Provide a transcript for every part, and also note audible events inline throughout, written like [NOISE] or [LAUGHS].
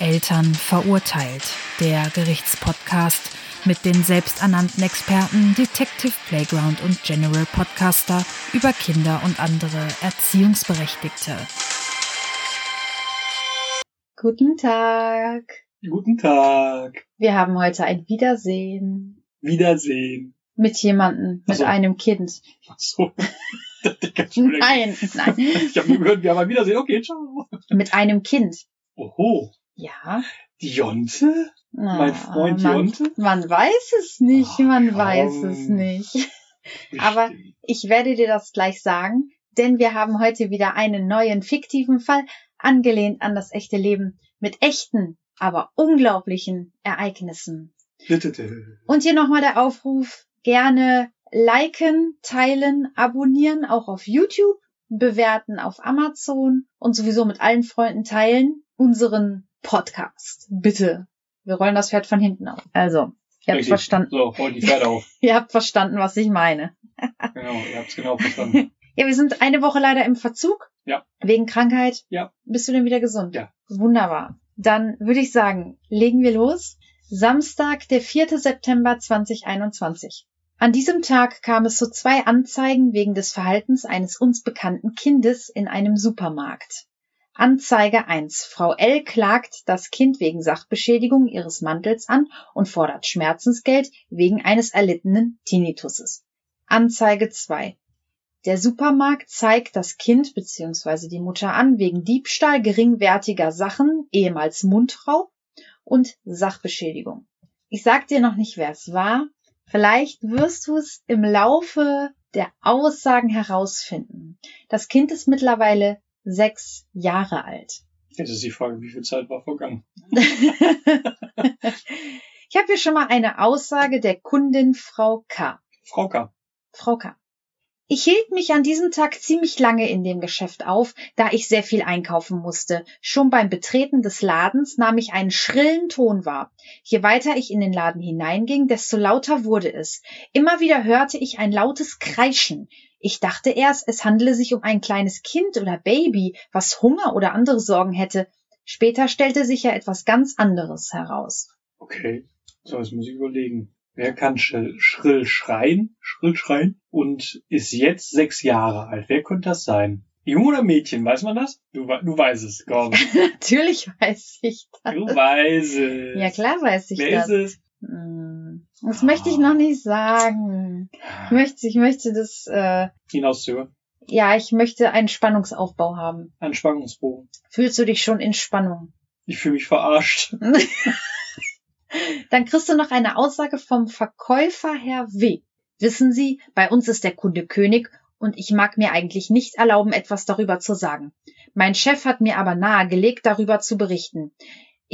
Eltern verurteilt. Der Gerichtspodcast mit den selbsternannten Experten Detective Playground und General Podcaster über Kinder und andere Erziehungsberechtigte. Guten Tag. Guten Tag. Wir haben heute ein Wiedersehen Wiedersehen. mit jemandem, mit Also- einem Kind. Ach So. [LAUGHS] Das hat ganz schön lecker. Nein, nein, [LAUGHS] Ich habe nur gehört, wir haben ein Wiedersehen. Okay, ciao. mit einem Kind. Oho. Ja. Die Jonte? Na, Mein Freund man, Jonte? man weiß es nicht, Ach, man komm. weiß es nicht. Aber- Ich werde dir das gleich sagen, denn wir haben heute wieder einen neuen fiktiven Fall, angelehnt an das echte Leben, mit echten, aber unglaublichen Ereignissen. Bestimmt. Und hier nochmal der Aufruf, gerne liken, teilen, abonnieren, auch auf YouTube, bewerten auf Amazon und sowieso mit allen Freunden teilen unseren Podcast. Bitte. Wir rollen das Pferd von hinten auf. Also, ihr habt Richtig. verstanden, So, holt die [LAUGHS] Pferde auf. ihr habt verstanden, was ich meine. Genau, ihr habt's genau verstanden. Ja, wir sind eine Woche leider im Verzug. Ja. Wegen Krankheit. Ja. Bist du denn wieder gesund? Ja. Wunderbar. Dann würde ich sagen, legen wir los. Samstag, der 4. September 2021. An diesem Tag kam es zu zwei Anzeigen wegen des Verhaltens eines uns bekannten Kindes in einem Supermarkt. Anzeige 1. Frau L. klagt das Kind wegen Sachbeschädigung ihres Mantels an und fordert Schmerzensgeld wegen eines erlittenen Tinnituses. Anzeige 2. Der Supermarkt zeigt das Kind bzw. die Mutter an wegen Diebstahl geringwertiger Sachen, ehemals Mundraub und Sachbeschädigung. Ich sag dir noch nicht, wer es war. Vielleicht wirst du es im Laufe der Aussagen herausfinden. Das Kind ist mittlerweile sechs Jahre alt. [LAUGHS] Jetzt ist die Frage, wie viel Zeit war vergangen? ich habe hier schon mal eine Aussage der Kundin Frau K. Frau K. Frau K. Ich hielt mich an diesem Tag ziemlich lange in dem Geschäft auf, da ich sehr viel einkaufen musste. Schon beim Betreten des Ladens nahm ich einen schrillen Ton wahr. Je weiter ich in den Laden hineinging, desto lauter wurde es. Immer wieder hörte ich ein lautes Kreischen. Ich dachte erst, es handele sich um ein kleines Kind oder Baby, was Hunger oder andere Sorgen hätte. Später stellte sich ja etwas ganz anderes heraus. [LAUGHS] Okay. So, jetzt muss ich überlegen. Wer kann schrill, schrill schreien? Schrill schreien? Und ist jetzt sechs Jahre alt. Wer könnte das sein? Junge oder Mädchen? Weiß man das? Du, wei- du weißt es, [LAUGHS] komm. Natürlich weiß ich das. Du weißt es. Ja klar weiß ich Wer das. ist es? Mm, Das Ah. möchte ich noch nicht sagen. Ich möchte, ich möchte das, äh, Hinauszuhören. ja, ich möchte einen Spannungsaufbau haben. Ein Spannungsbogen. Fühlst du dich schon in Spannung? Ich fühle mich verarscht. [LAUGHS] Dann kriegst du noch eine Aussage vom Verkäufer Herr W. Wissen Sie, bei uns ist der Kunde König und ich mag mir eigentlich nicht erlauben, etwas darüber zu sagen. Mein Chef hat mir aber nahegelegt, darüber zu berichten.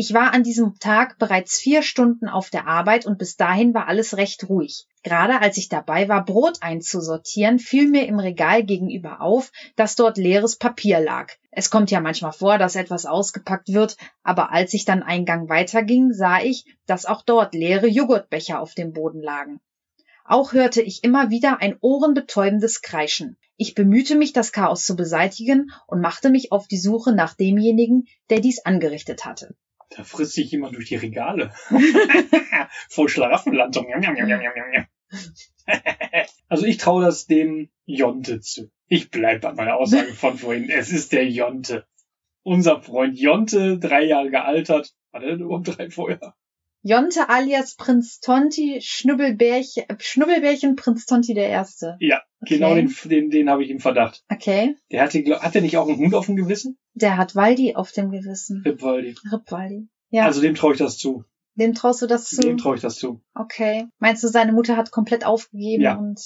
Ich war an diesem Tag bereits vier Stunden auf der Arbeit und bis dahin war alles recht ruhig. Gerade als ich dabei war, Brot einzusortieren, fiel mir im Regal gegenüber auf, dass dort leeres Papier lag. Es kommt ja manchmal vor, dass etwas ausgepackt wird, aber als ich dann einen Gang weiterging, sah ich, dass auch dort leere Joghurtbecher auf dem Boden lagen. Auch hörte ich immer wieder ein ohrenbetäubendes Kreischen. Ich bemühte mich, das Chaos zu beseitigen und machte mich auf die Suche nach demjenigen, der dies angerichtet hatte. Da frisst sich jemand durch [LAUGHS] die Regale. Voll Schlaraffenland. So, miam, miam, miam, miam, miam, miam. [LAUGHS] also ich traue das dem Jonte zu. Ich bleib bei meiner Aussage von vorhin. Es ist der Jonte. Unser Freund Jonte, drei Jahre gealtert. Hat er denn überhaupt drei vorher? Jonte alias Prinz Tonti, Schnubbelbärchen, äh, Schnubbelbärchen Prinz Tonti der Erste. Genau Okay. den, den, den habe ich im Verdacht. Okay. Der hatte, glaub- hat er nicht auch einen Hund auf dem Gewissen? Der hat Waldi auf dem Gewissen. Rip Waldi. Rip Waldi. Ja, Also dem traue ich das zu. dem traust du das zu? Dem traue ich das zu. Okay. Meinst du, seine Mutter hat komplett aufgegeben Ja. und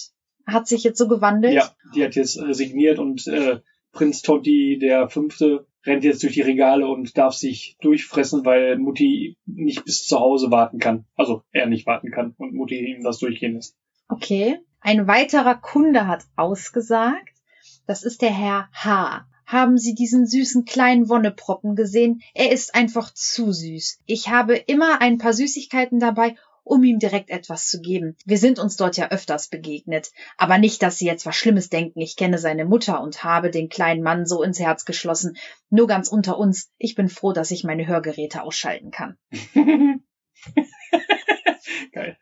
hat sich jetzt so gewandelt? Ja, die hat jetzt resigniert und äh, Prinz Totti, der Fünfte, rennt jetzt durch die Regale und darf sich durchfressen, weil Mutti nicht bis zu Hause warten kann. Also er nicht warten kann und Mutti ihm das [LAUGHS] durchgehen lässt. Okay. Ein weiterer Kunde hat ausgesagt, das ist der Herr H. Haben Sie diesen süßen kleinen Wonneproppen gesehen? Er ist einfach zu süß. Ich habe immer ein paar Süßigkeiten dabei um ihm direkt etwas zu geben. Wir sind uns dort ja öfters begegnet. Aber nicht, dass Sie jetzt was Schlimmes denken. Ich kenne seine Mutter und habe den kleinen Mann so ins Herz geschlossen. Nur ganz unter uns. Ich bin froh, dass ich meine Hörgeräte ausschalten kann. Geil.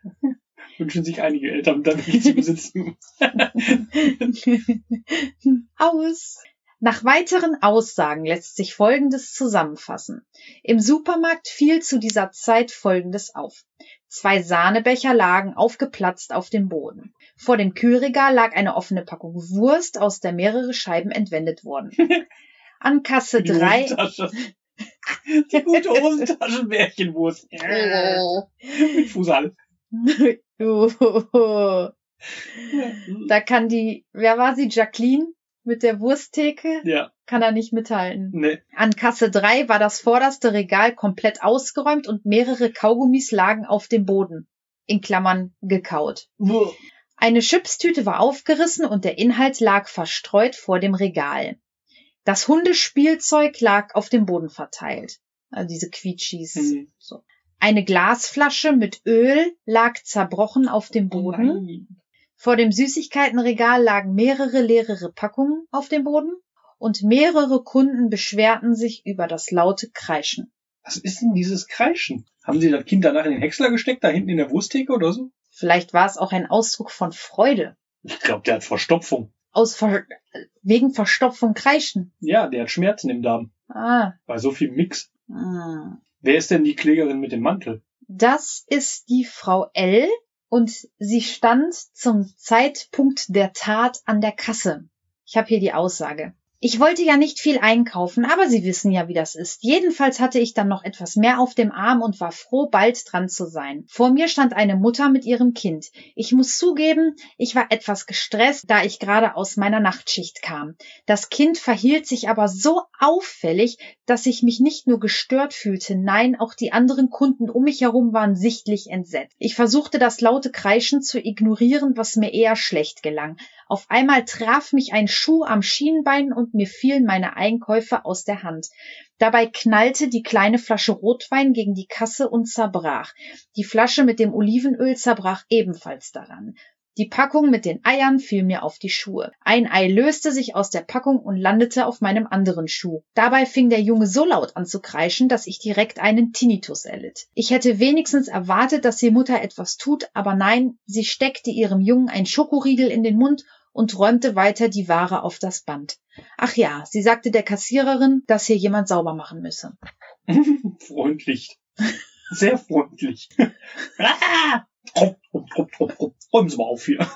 Wünschen sich einige Eltern, dann die [LAUGHS] zu besitzen. Aus. Nach weiteren Aussagen lässt sich Folgendes zusammenfassen. Im Supermarkt fiel zu dieser Zeit Folgendes auf. Zwei Sahnebecher lagen aufgeplatzt auf dem Boden. Vor dem Kühlregal lag eine offene Packung Wurst, aus der mehrere Scheiben entwendet wurden. An Kasse Die [LAUGHS] 3 Hosentasche. Die [LAUGHS] gute Hosentaschenmärchenwurst. Äh, Mit Fusal. [LAUGHS] Da kann die, wer war sie, Jacqueline mit der Wursttheke, Ja, kann er nicht mithalten. ne. An Kasse 3 war das vorderste Regal komplett ausgeräumt und mehrere Kaugummis lagen auf dem Boden. In Klammern gekaut. Buh. Eine Chipstüte war aufgerissen und der Inhalt lag verstreut vor dem Regal. Das Hundespielzeug lag auf dem Boden verteilt. Also diese Quietschis. Hm. So. Eine Glasflasche mit Öl lag zerbrochen auf dem Boden. Oh Nein. Vor dem Süßigkeitenregal lagen mehrere leere Packungen auf dem Boden und mehrere Kunden beschwerten sich über das laute Kreischen. Was ist denn dieses Kreischen? Haben Sie das Kind danach in den Häcksler gesteckt, da hinten in der Wursttheke oder so? Vielleicht war es auch ein Ausdruck von Freude. Ich glaube, der hat Verstopfung. Aus Ver wegen Verstopfung kreischen. Ja, der hat Schmerzen im Darm. Ah. Bei so viel Mix. hm. Wer ist denn die Klägerin mit dem Mantel? [LAUGHS] Das ist die Frau L und sie stand zum Zeitpunkt der Tat an der Kasse. Ich habe hier die Aussage. Ich wollte ja nicht viel einkaufen, aber Sie wissen ja, wie das ist. Jedenfalls hatte ich dann noch etwas mehr auf dem Arm und war froh, bald dran zu sein. Vor mir stand eine Mutter mit ihrem Kind. Ich muss zugeben, ich war etwas gestresst, da ich gerade aus meiner Nachtschicht kam. Das Kind verhielt sich aber so auffällig, dass ich mich nicht nur gestört fühlte, nein, auch die anderen Kunden um mich herum waren sichtlich entsetzt. Ich versuchte das laute Kreischen zu ignorieren, was mir eher schlecht gelang. Auf einmal traf mich ein Schuh am Schienbein und mir fielen meine Einkäufe aus der Hand. Dabei knallte die kleine Flasche Rotwein gegen die Kasse und zerbrach. Die Flasche mit dem Olivenöl zerbrach ebenfalls daran. Die Packung mit den Eiern fiel mir auf die Schuhe. Ein Ei löste sich aus der Packung und landete auf meinem anderen Schuh. Dabei fing der Junge so laut an zu kreischen, dass ich direkt einen Tinnitus erlitt. Ich hätte wenigstens erwartet, dass die Mutter etwas tut, aber nein, sie steckte ihrem Jungen einen Schokoriegel in den Mund und räumte weiter die Ware auf das Band. Ach ja, sie sagte der Kassiererin, dass hier jemand sauber machen müsse. freundlich. Sehr freundlich. [LAUGHS] Ah! Hopp, hopp, hopp, hopp, hopp. Räumen Sie mal auf hier.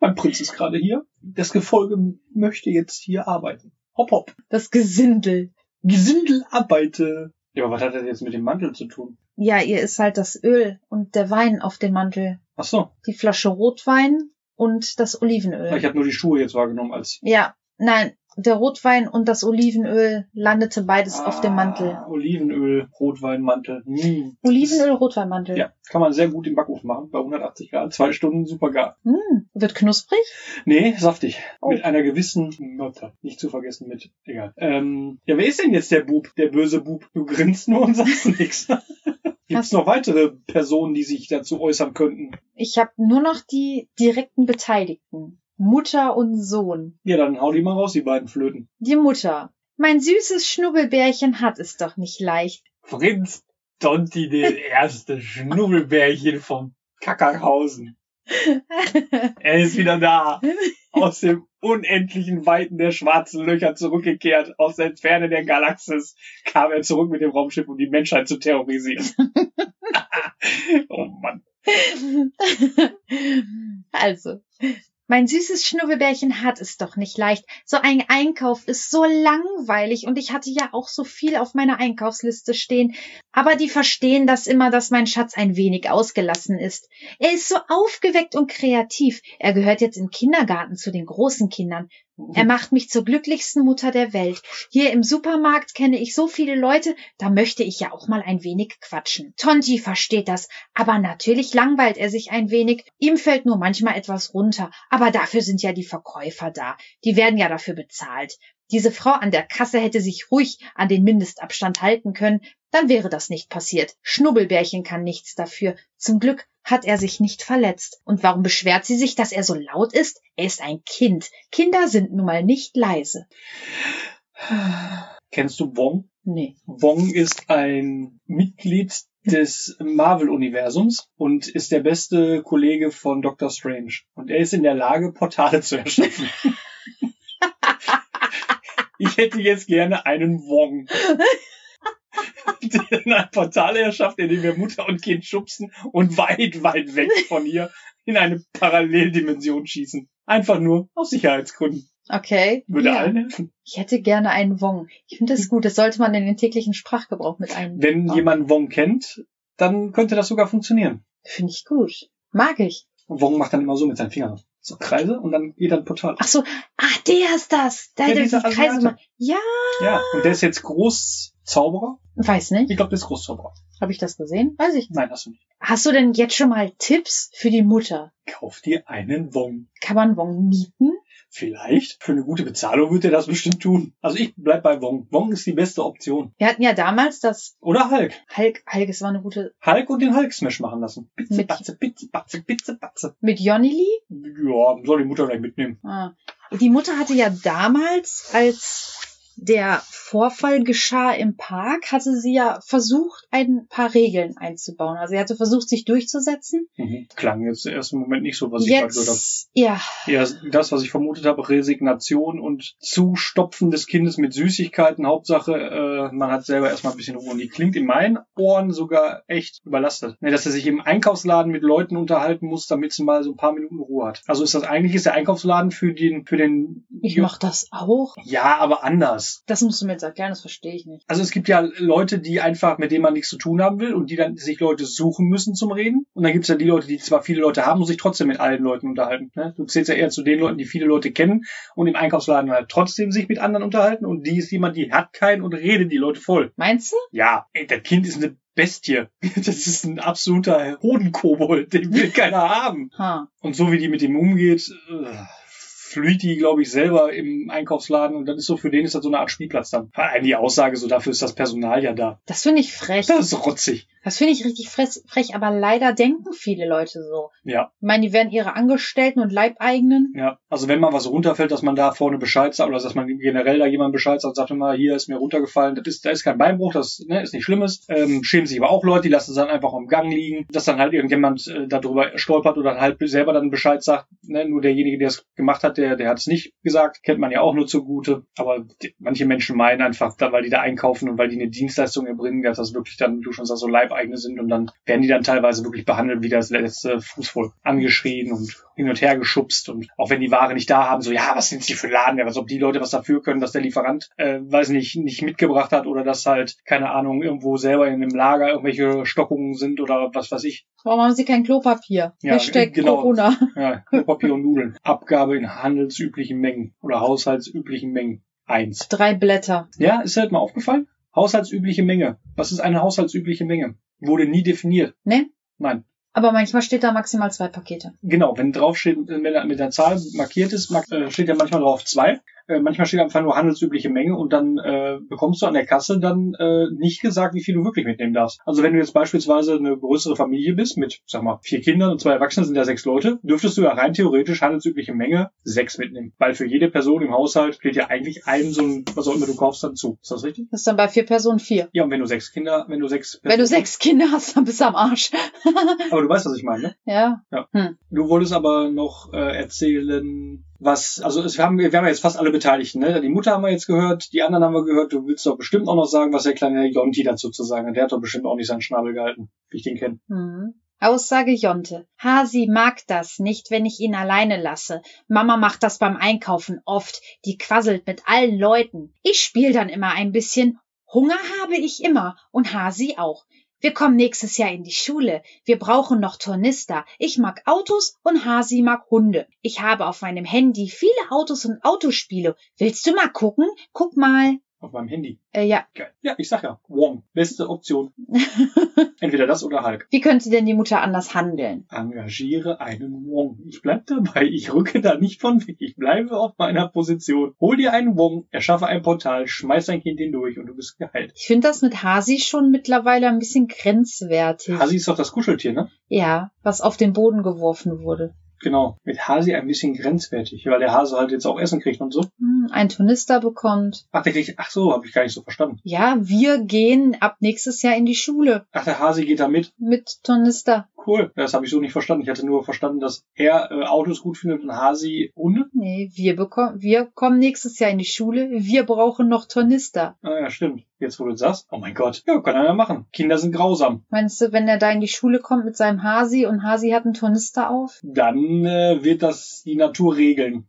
mein Prinz ist gerade hier. Das Gefolge möchte jetzt hier arbeiten. Hopp, hopp. Das Gesindel. Gesindel arbeite. Ja, aber was hat das jetzt mit dem Mantel zu tun? Ja, ihr ist halt das Öl und der Wein auf den Mantel Ach so, die Flasche Rotwein und das ich Olivenöl. habe nur die Schuhe jetzt wahrgenommen als Ja, nein, der Rotwein und das Olivenöl landete beides auf dem Mantel. Ah, Olivenöl, Rotweinmantel. Hm. Olivenöl, Rotweinmantel. Ja, kann man sehr gut im Backofen machen, bei 180 Grad, zwei Stunden, super gar. Hm, wird knusprig. Nee, saftig. Oh. Mit einer gewissen Mörder. Nicht zu vergessen mit, egal. Ähm, ja, wer ist denn jetzt der Bub, der böse Bub? Du grinst nur und sagst [LAUGHS] nichts. Gibt's Hast- noch weitere Personen, die sich dazu äußern könnten? Ich habe nur noch die direkten Beteiligten. Mutter und Sohn. Ja, dann hau die mal raus, die beiden Flöten. Die Mutter. Mein süßes Schnubbelbärchen hat es doch nicht leicht. Prinz Tonti, der erste Schnubbelbärchen vom Kackerhausen. Er ist wieder da. Aus dem unendlichen Weiten der schwarzen Löcher zurückgekehrt, aus der Ferne der Galaxis, kam er zurück mit dem Raumschiff, um die Menschheit zu terrorisieren. oh Mann. [LAUGHS] also, mein süßes Schnubbelbärchen hat es doch nicht leicht. So ein Einkauf ist so langweilig und ich hatte ja auch so viel auf meiner Einkaufsliste stehen. Aber die verstehen das immer, dass mein Schatz ein wenig ausgelassen ist. Er ist so aufgeweckt und kreativ. Er gehört jetzt im Kindergarten zu den großen Kindern. Er macht mich zur glücklichsten Mutter der Welt. Hier im Supermarkt kenne ich so viele Leute, da möchte ich ja auch mal ein wenig quatschen. Tonti versteht das, aber natürlich langweilt er sich ein wenig. Ihm fällt nur manchmal etwas runter, aber dafür sind ja die Verkäufer da. Die werden ja dafür bezahlt. Diese Frau an der Kasse hätte sich ruhig an den Mindestabstand halten können. dann wäre das nicht passiert. Schnubbelbärchen kann nichts dafür. Zum Glück hat er sich nicht verletzt. Und warum beschwert sie sich, dass er so laut ist? Er ist ein Kind. Kinder sind nun mal nicht leise. Kennst du Wong? Nee. Wong ist ein Mitglied des Marvel-Universums und ist der beste Kollege von Doctor Strange. Und er ist in der Lage, Portale zu erschaffen. ich hätte jetzt gerne einen Wong. der ein Portal erschafft, in dem wir Mutter und Kind schubsen und weit, weit weg von hier in eine Paralleldimension schießen. Einfach nur aus Sicherheitsgründen. Okay. Würde ja. allen helfen. Ich hätte gerne einen Wong. Ich finde das gut. Das sollte man in den täglichen Sprachgebrauch mit einbauen. Wenn jemand Wong kennt, dann könnte das sogar funktionieren. Finde ich gut. Mag ich. Und Wong macht dann immer so mit seinen Fingern. So Kreise und dann geht ein Portal. Ach so. Ah, der ist das. Der, Ja, der dieser die Kreise Asiate. macht. Ja. Ja, und der ist jetzt Großzauberer. Weiß nicht. Ich glaube, der ist Großzauberer. Habe ich das gesehen? Weiß ich nicht. Nein, hast du nicht. Hast du denn jetzt schon mal Tipps für die Mutter? Kauf dir einen Wong. Kann man Wong mieten? Vielleicht. Für eine gute Bezahlung wird er das bestimmt tun. Also ich bleib bei Wong. Wong ist die beste Option. Wir hatten ja damals das Oder Hulk. Hulk, Hulk, es war eine [LAUGHS] gute, Hulk und den Hulk-Smash machen lassen. Bitze, Mit- batze, bitze, batze, bitze, batze. mit Jonnili. Ja, soll die Mutter gleich mitnehmen. Ah. Die Mutter hatte ja damals, als der Vorfall geschah im Park, hatte sie ja versucht, ein paar Regeln einzubauen. Also sie hatte versucht, sich durchzusetzen. Mhm. Klang jetzt im ersten Moment nicht so, was ich gerade gehört habe. Jetzt, ja, Ja, das, was ich vermutet habe, Resignation und Zustopfen des Kindes mit Süßigkeiten. Hauptsache, äh, man hat selber erstmal ein bisschen Ruhe. Und die klingt in meinen Ohren sogar echt überlastet. Ne, dass er sich im Einkaufsladen mit Leuten unterhalten muss, damit sie mal so ein paar Minuten Ruhe hat. Also ist das eigentlich ist der Einkaufsladen für den, für den, ich mach das auch. ja, aber anders. Das musst du mir jetzt erklären, das verstehe ich nicht. Also es gibt ja Leute, die einfach, mit denen man nichts zu tun haben will und die dann sich Leute suchen müssen zum Reden. Und dann gibt's ja die Leute, die zwar viele Leute haben und sich trotzdem mit allen Leuten unterhalten. Ne? Du zählst ja eher zu den Leuten, die viele Leute kennen und im Einkaufsladen halt trotzdem sich mit anderen unterhalten. Und die ist jemand, die hat keinen und redet die Leute voll. Meinst du? Ja, ey, das Kind ist eine Bestie. [LAUGHS] Das ist ein absoluter Hodenkobold, den will keiner haben. Ha. Und so wie die mit dem umgeht, äh, flüht die, glaube ich, selber im Einkaufsladen und dann ist so für den ist das so eine Art Spielplatz dann. Vor allem die Aussage, so dafür ist das Personal ja da. Das finde ich frech. Das ist rotzig. Das finde ich richtig frech, frech, aber leider denken viele Leute so. Ja, Ich meine, die werden ihre Angestellten und Leibeigenen. ja. Also wenn mal was runterfällt, dass man da vorne Bescheid sagt oder dass man generell da jemandem Bescheid sagt, sagt immer, hier ist mir runtergefallen, das ist, da ist kein Beinbruch, das ne, ist nicht Schlimmes. Ähm, schämen sich aber auch Leute, die lassen es dann einfach am Gang liegen, dass dann halt irgendjemand äh, darüber stolpert oder dann halt selber dann Bescheid sagt. Ne? Nur derjenige, der es gemacht hat, der, der hat es nicht gesagt. Kennt man ja auch nur zugute. Aber die, manche Menschen meinen einfach, da, weil die da einkaufen und weil die eine Dienstleistung erbringen, dass das wirklich dann, wie du schon sagst, so Leibeigene sind und dann werden die dann teilweise wirklich behandelt wie das letzte Fußvolk. Angeschrien und hin und her geschubst und auch wenn die Ware nicht da haben, so, ja, was sind sie für ein Laden, ja, als ob die Leute was dafür können, dass der Lieferant, äh, weiß nicht, nicht mitgebracht hat oder dass halt, keine Ahnung, irgendwo selber in einem Lager irgendwelche Stockungen sind oder was weiß ich. Warum haben sie kein Klopapier? Ja, Hashtag genau. Corona. Ja, Papier und Nudeln. Abgabe in handelsüblichen Mengen oder haushaltsüblichen Mengen. Eins. Drei Blätter. Ja, ist dir halt mal aufgefallen? Haushaltsübliche Menge. Was ist eine haushaltsübliche Menge? Wurde nie definiert. Ne? Nein. Aber manchmal steht da maximal zwei Pakete. Genau, wenn draufsteht, wenn er mit der Zahl markiert ist, mark- äh, steht ja manchmal drauf zwei. Äh, manchmal steht einfach nur handelsübliche Menge und dann äh, bekommst du an der Kasse dann äh, nicht gesagt, wie viel du wirklich mitnehmen darfst. Also wenn du jetzt beispielsweise eine größere Familie bist mit, sag mal, vier Kindern und zwei Erwachsenen sind ja sechs Leute, dürftest du ja rein theoretisch handelsübliche Menge sechs mitnehmen. Weil für jede Person im Haushalt steht ja eigentlich einem so ein, was auch immer du kaufst, dann zu. Ist das richtig? Das ist dann bei vier Personen vier. Ja, und wenn du sechs Kinder, wenn du sechs Wenn du Personen- sechs Kinder hast, dann bist du am Arsch. [LAUGHS] Aber du weißt, was ich meine, ne? ja. Du wolltest aber noch äh, erzählen, was, also es, wir, haben, wir haben ja jetzt fast alle Beteiligten, ne? Die Mutter haben wir jetzt gehört, die anderen haben wir gehört. Du willst doch bestimmt auch noch sagen, was der kleine Jonti dazu zu sagen hat. Der hat doch bestimmt auch nicht seinen Schnabel gehalten, wie ich den kenne. Mhm. Aussage Jonte. Hasi mag das nicht, wenn ich ihn alleine lasse. Mama macht das beim Einkaufen oft. Die quasselt mit allen Leuten. Ich spiel dann immer ein bisschen. Hunger habe ich immer und Hasi auch. Wir kommen nächstes Jahr in die Schule. Wir brauchen noch Tornister. Ich mag Autos und Hasi mag Hunde. Ich habe auf meinem Handy viele Autos und Autospiele. Willst du mal gucken? Guck mal. Auf meinem Handy. Äh, ja. Geil. Ja, ich sag ja, Wong. Beste Option. Entweder das oder Hulk. Wie könnte denn die Mutter anders handeln? Engagiere einen Wong. Ich bleib dabei. Ich rücke da nicht von weg. Ich bleibe auf meiner Position. Hol dir einen Wong, erschaffe ein Portal, schmeiß dein Kind hindurch und du bist geheilt. Ich finde das mit Hasi schon mittlerweile ein bisschen grenzwertig. Hasi ist doch das Kuscheltier, ne? Ja, was auf den Boden geworfen wurde. Genau. Mit Hasi ein bisschen grenzwertig, weil der Hase halt jetzt auch Essen kriegt und so. Hm, ein Turnister bekommt. Ach, der kriegt, ach so, habe ich gar nicht so verstanden. Ja, wir gehen ab nächstes Jahr in die Schule Ach, der Hase geht da mit. mit Turnister. Cool. Das habe ich so nicht verstanden. Ich hatte nur verstanden, dass er äh, Autos gut findet und Hasi Hunde. Nee, wir bekommen, wir kommen nächstes Jahr in die Schule. Wir brauchen noch Turnister. Ah ja, stimmt. Jetzt, wo du das sagst. Oh mein Gott. Ja, kann einer machen. Kinder sind grausam. Meinst du, wenn er da in die Schule kommt mit seinem Hasi und Hasi hat einen Turnister auf? Dann äh, wird das die Natur regeln.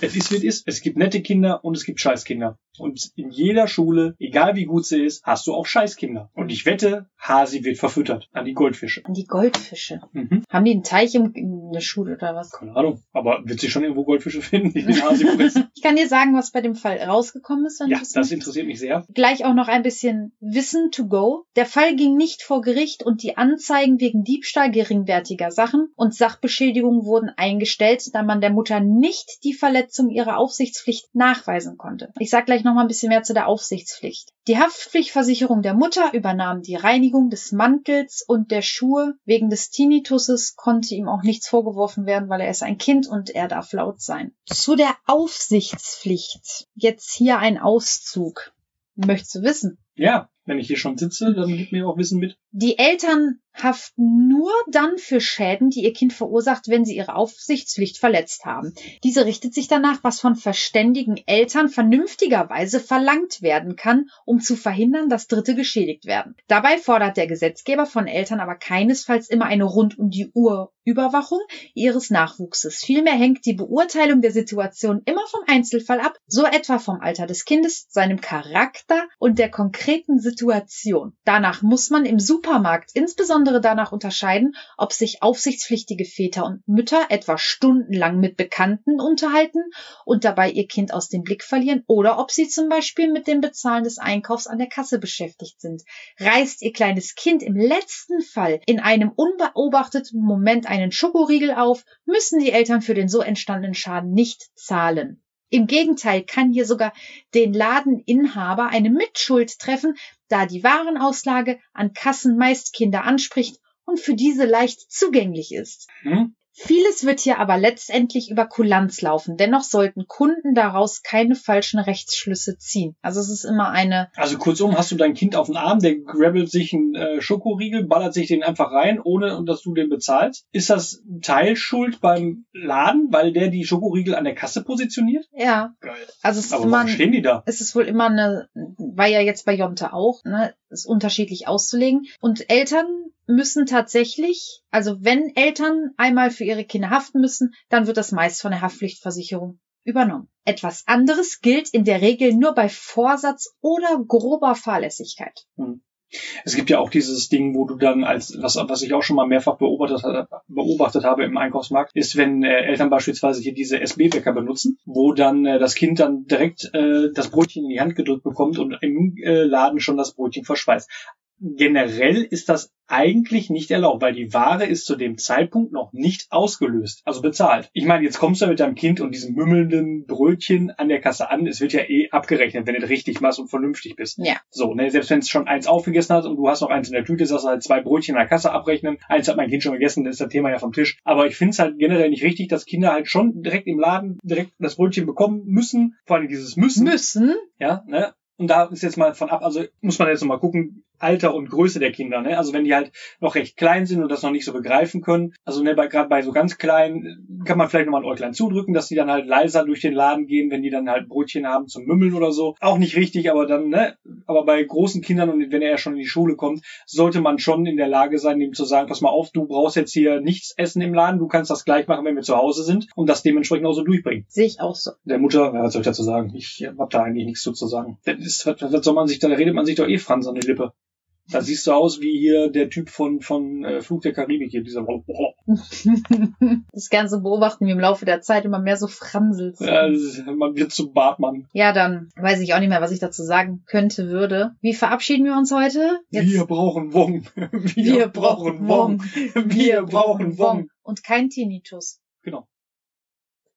Es ist, wie es ist. Es gibt nette Kinder und es gibt Scheißkinder. Und in jeder Schule, egal wie gut sie ist, hast du auch Scheißkinder. Und ich wette, Hasi wird verfüttert an die Goldfische. An die Goldfische. Mhm. Haben die einen Teich im, in der Schule oder was? Keine Ahnung. Aber wird sie schon irgendwo Goldfische finden, die den Hasi fressen? Ich kann dir sagen, was bei dem Fall rausgekommen ist. Wenn ja, du es das interessiert mich sehr. Gleich auch noch ein bisschen Wissen to go. Der Fall ging nicht vor Gericht und die Anzeigen wegen Diebstahl geringwertiger Sachen und Sachbeschädigung wurden eingestellt, da man der Mutter nicht die Verletzung ihrer Aufsichtspflicht nachweisen konnte. Ich sag gleich noch mal ein bisschen mehr zu der Aufsichtspflicht. Die Haftpflichtversicherung der Mutter übernahm die Reinigung des Mantels und der Schuhe. Wegen des Tinnituses konnte ihm auch nichts vorgeworfen werden, weil er ist ein Kind und er darf laut sein. Zu der Aufsichtspflicht. Jetzt hier ein Auszug. Möchtest du wissen? Ja, wenn ich hier schon sitze, dann gibt mir auch Wissen mit. Die Eltern haften nur dann für Schäden, die ihr Kind verursacht, wenn sie ihre Aufsichtspflicht verletzt haben. Diese richtet sich danach, was von verständigen Eltern vernünftigerweise verlangt werden kann, um zu verhindern, dass Dritte geschädigt werden. Dabei fordert der Gesetzgeber von Eltern aber keinesfalls immer eine rund um die Uhr Überwachung ihres Nachwuchses. Vielmehr hängt die Beurteilung der Situation immer vom Einzelfall ab, so etwa vom Alter des Kindes, seinem Charakter und der konkreten Situation. Danach muss man im Supermarkt insbesondere danach unterscheiden, ob sich aufsichtspflichtige Väter und Mütter etwa stundenlang mit Bekannten unterhalten und dabei ihr Kind aus dem Blick verlieren oder ob sie zum Beispiel mit dem Bezahlen des Einkaufs an der Kasse beschäftigt sind. Reißt ihr kleines Kind im letzten Fall in einem unbeobachteten Moment einen Schokoriegel auf, müssen die Eltern für den so entstandenen Schaden nicht zahlen. Im Gegenteil kann hier sogar den Ladeninhaber eine Mitschuld treffen, da die Warenauslage an Kassen meist Kinder anspricht und für diese leicht zugänglich ist. Hm? Vieles wird hier aber letztendlich über Kulanz laufen. Dennoch sollten Kunden daraus keine falschen Rechtsschlüsse ziehen. Also es ist immer eine, Also kurzum, hast du dein Kind auf den Arm, der grabbelt sich einen äh, Schokoriegel, ballert sich den einfach rein, ohne dass du den bezahlst. Ist das Teilschuld beim Laden, weil der die Schokoriegel an der Kasse positioniert? ja, Geil. also es ist Aber immer warum ein, stehen die da? es ist wohl immer eine, war ja jetzt bei Jonte auch, ne, ist unterschiedlich auszulegen. Und Eltern müssen tatsächlich, also wenn Eltern einmal für ihre Kinder haften müssen, dann wird das meist von der Haftpflichtversicherung übernommen. Etwas anderes gilt in der Regel nur bei Vorsatz oder grober Fahrlässigkeit. Es gibt ja auch dieses Ding, wo du dann als, was, was ich auch schon mal mehrfach beobachtet, beobachtet habe im Einkaufsmarkt, ist, wenn äh, Eltern beispielsweise hier diese SB-Wecker benutzen, wo dann äh, das Kind dann direkt äh, das Brötchen in die Hand gedrückt bekommt und im äh, Laden schon das Brötchen verschweißt. Generell ist das eigentlich nicht erlaubt, weil die Ware ist zu dem Zeitpunkt noch nicht ausgelöst, also bezahlt. Ich meine, jetzt kommst du mit deinem Kind und diesem mümmelnden Brötchen an der Kasse an. Es wird ja eh abgerechnet, wenn du das richtig machst und vernünftig bist. Ja. So, ne, selbst wenn es schon eins aufgegessen hat und du hast noch eins in der Tüte, sagst du halt zwei Brötchen in der Kasse abrechnen. Eins hat mein Kind schon gegessen, dann ist das Thema ja vom Tisch. Aber ich finde es halt generell nicht richtig, dass Kinder halt schon direkt im Laden direkt das Brötchen bekommen müssen. Vor allem dieses Müssen. Müssen. Ja, ne? Und da ist jetzt mal von ab, also muss man jetzt noch mal gucken, Alter und Größe der Kinder, ne? Also wenn die halt noch recht klein sind und das noch nicht so begreifen können, also ne, bei, gerade bei so ganz kleinen kann man vielleicht nochmal ein Äuglein zudrücken, dass die dann halt leiser durch den Laden gehen, wenn die dann halt Brötchen haben zum Mümmeln oder so. Auch nicht richtig, aber dann, ne? Aber bei großen Kindern und wenn er ja schon in die Schule kommt, sollte man schon in der Lage sein, ihm zu sagen, pass mal auf, du brauchst jetzt hier nichts essen im Laden, du kannst das gleich machen, wenn wir zu Hause sind und das dementsprechend auch so durchbringen Sehe ich auch so. [LAUGHS] der Mutter, ja, was soll ich dazu halt, sagen? Ich habe da eigentlich nichts zu, zu sagen. Das ist, was, was soll man sich da, da redet man sich doch eh Franz an die Lippe. Da siehst du aus wie hier der Typ von, von äh, Flug der Karibik hier, dieser Das Ganze beobachten wir im Laufe der Zeit immer mehr so Fransels. Ja, das ist- man wird zum Bartmann. Ja, dann weiß ich auch nicht mehr, was ich dazu sagen könnte, würde. Wie verabschieden wir uns heute? Wir brauchen Wong. [LAUGHS] Wir, brauchen Wong. Wir brauchen Wong. Und kein Tinnitus. Genau.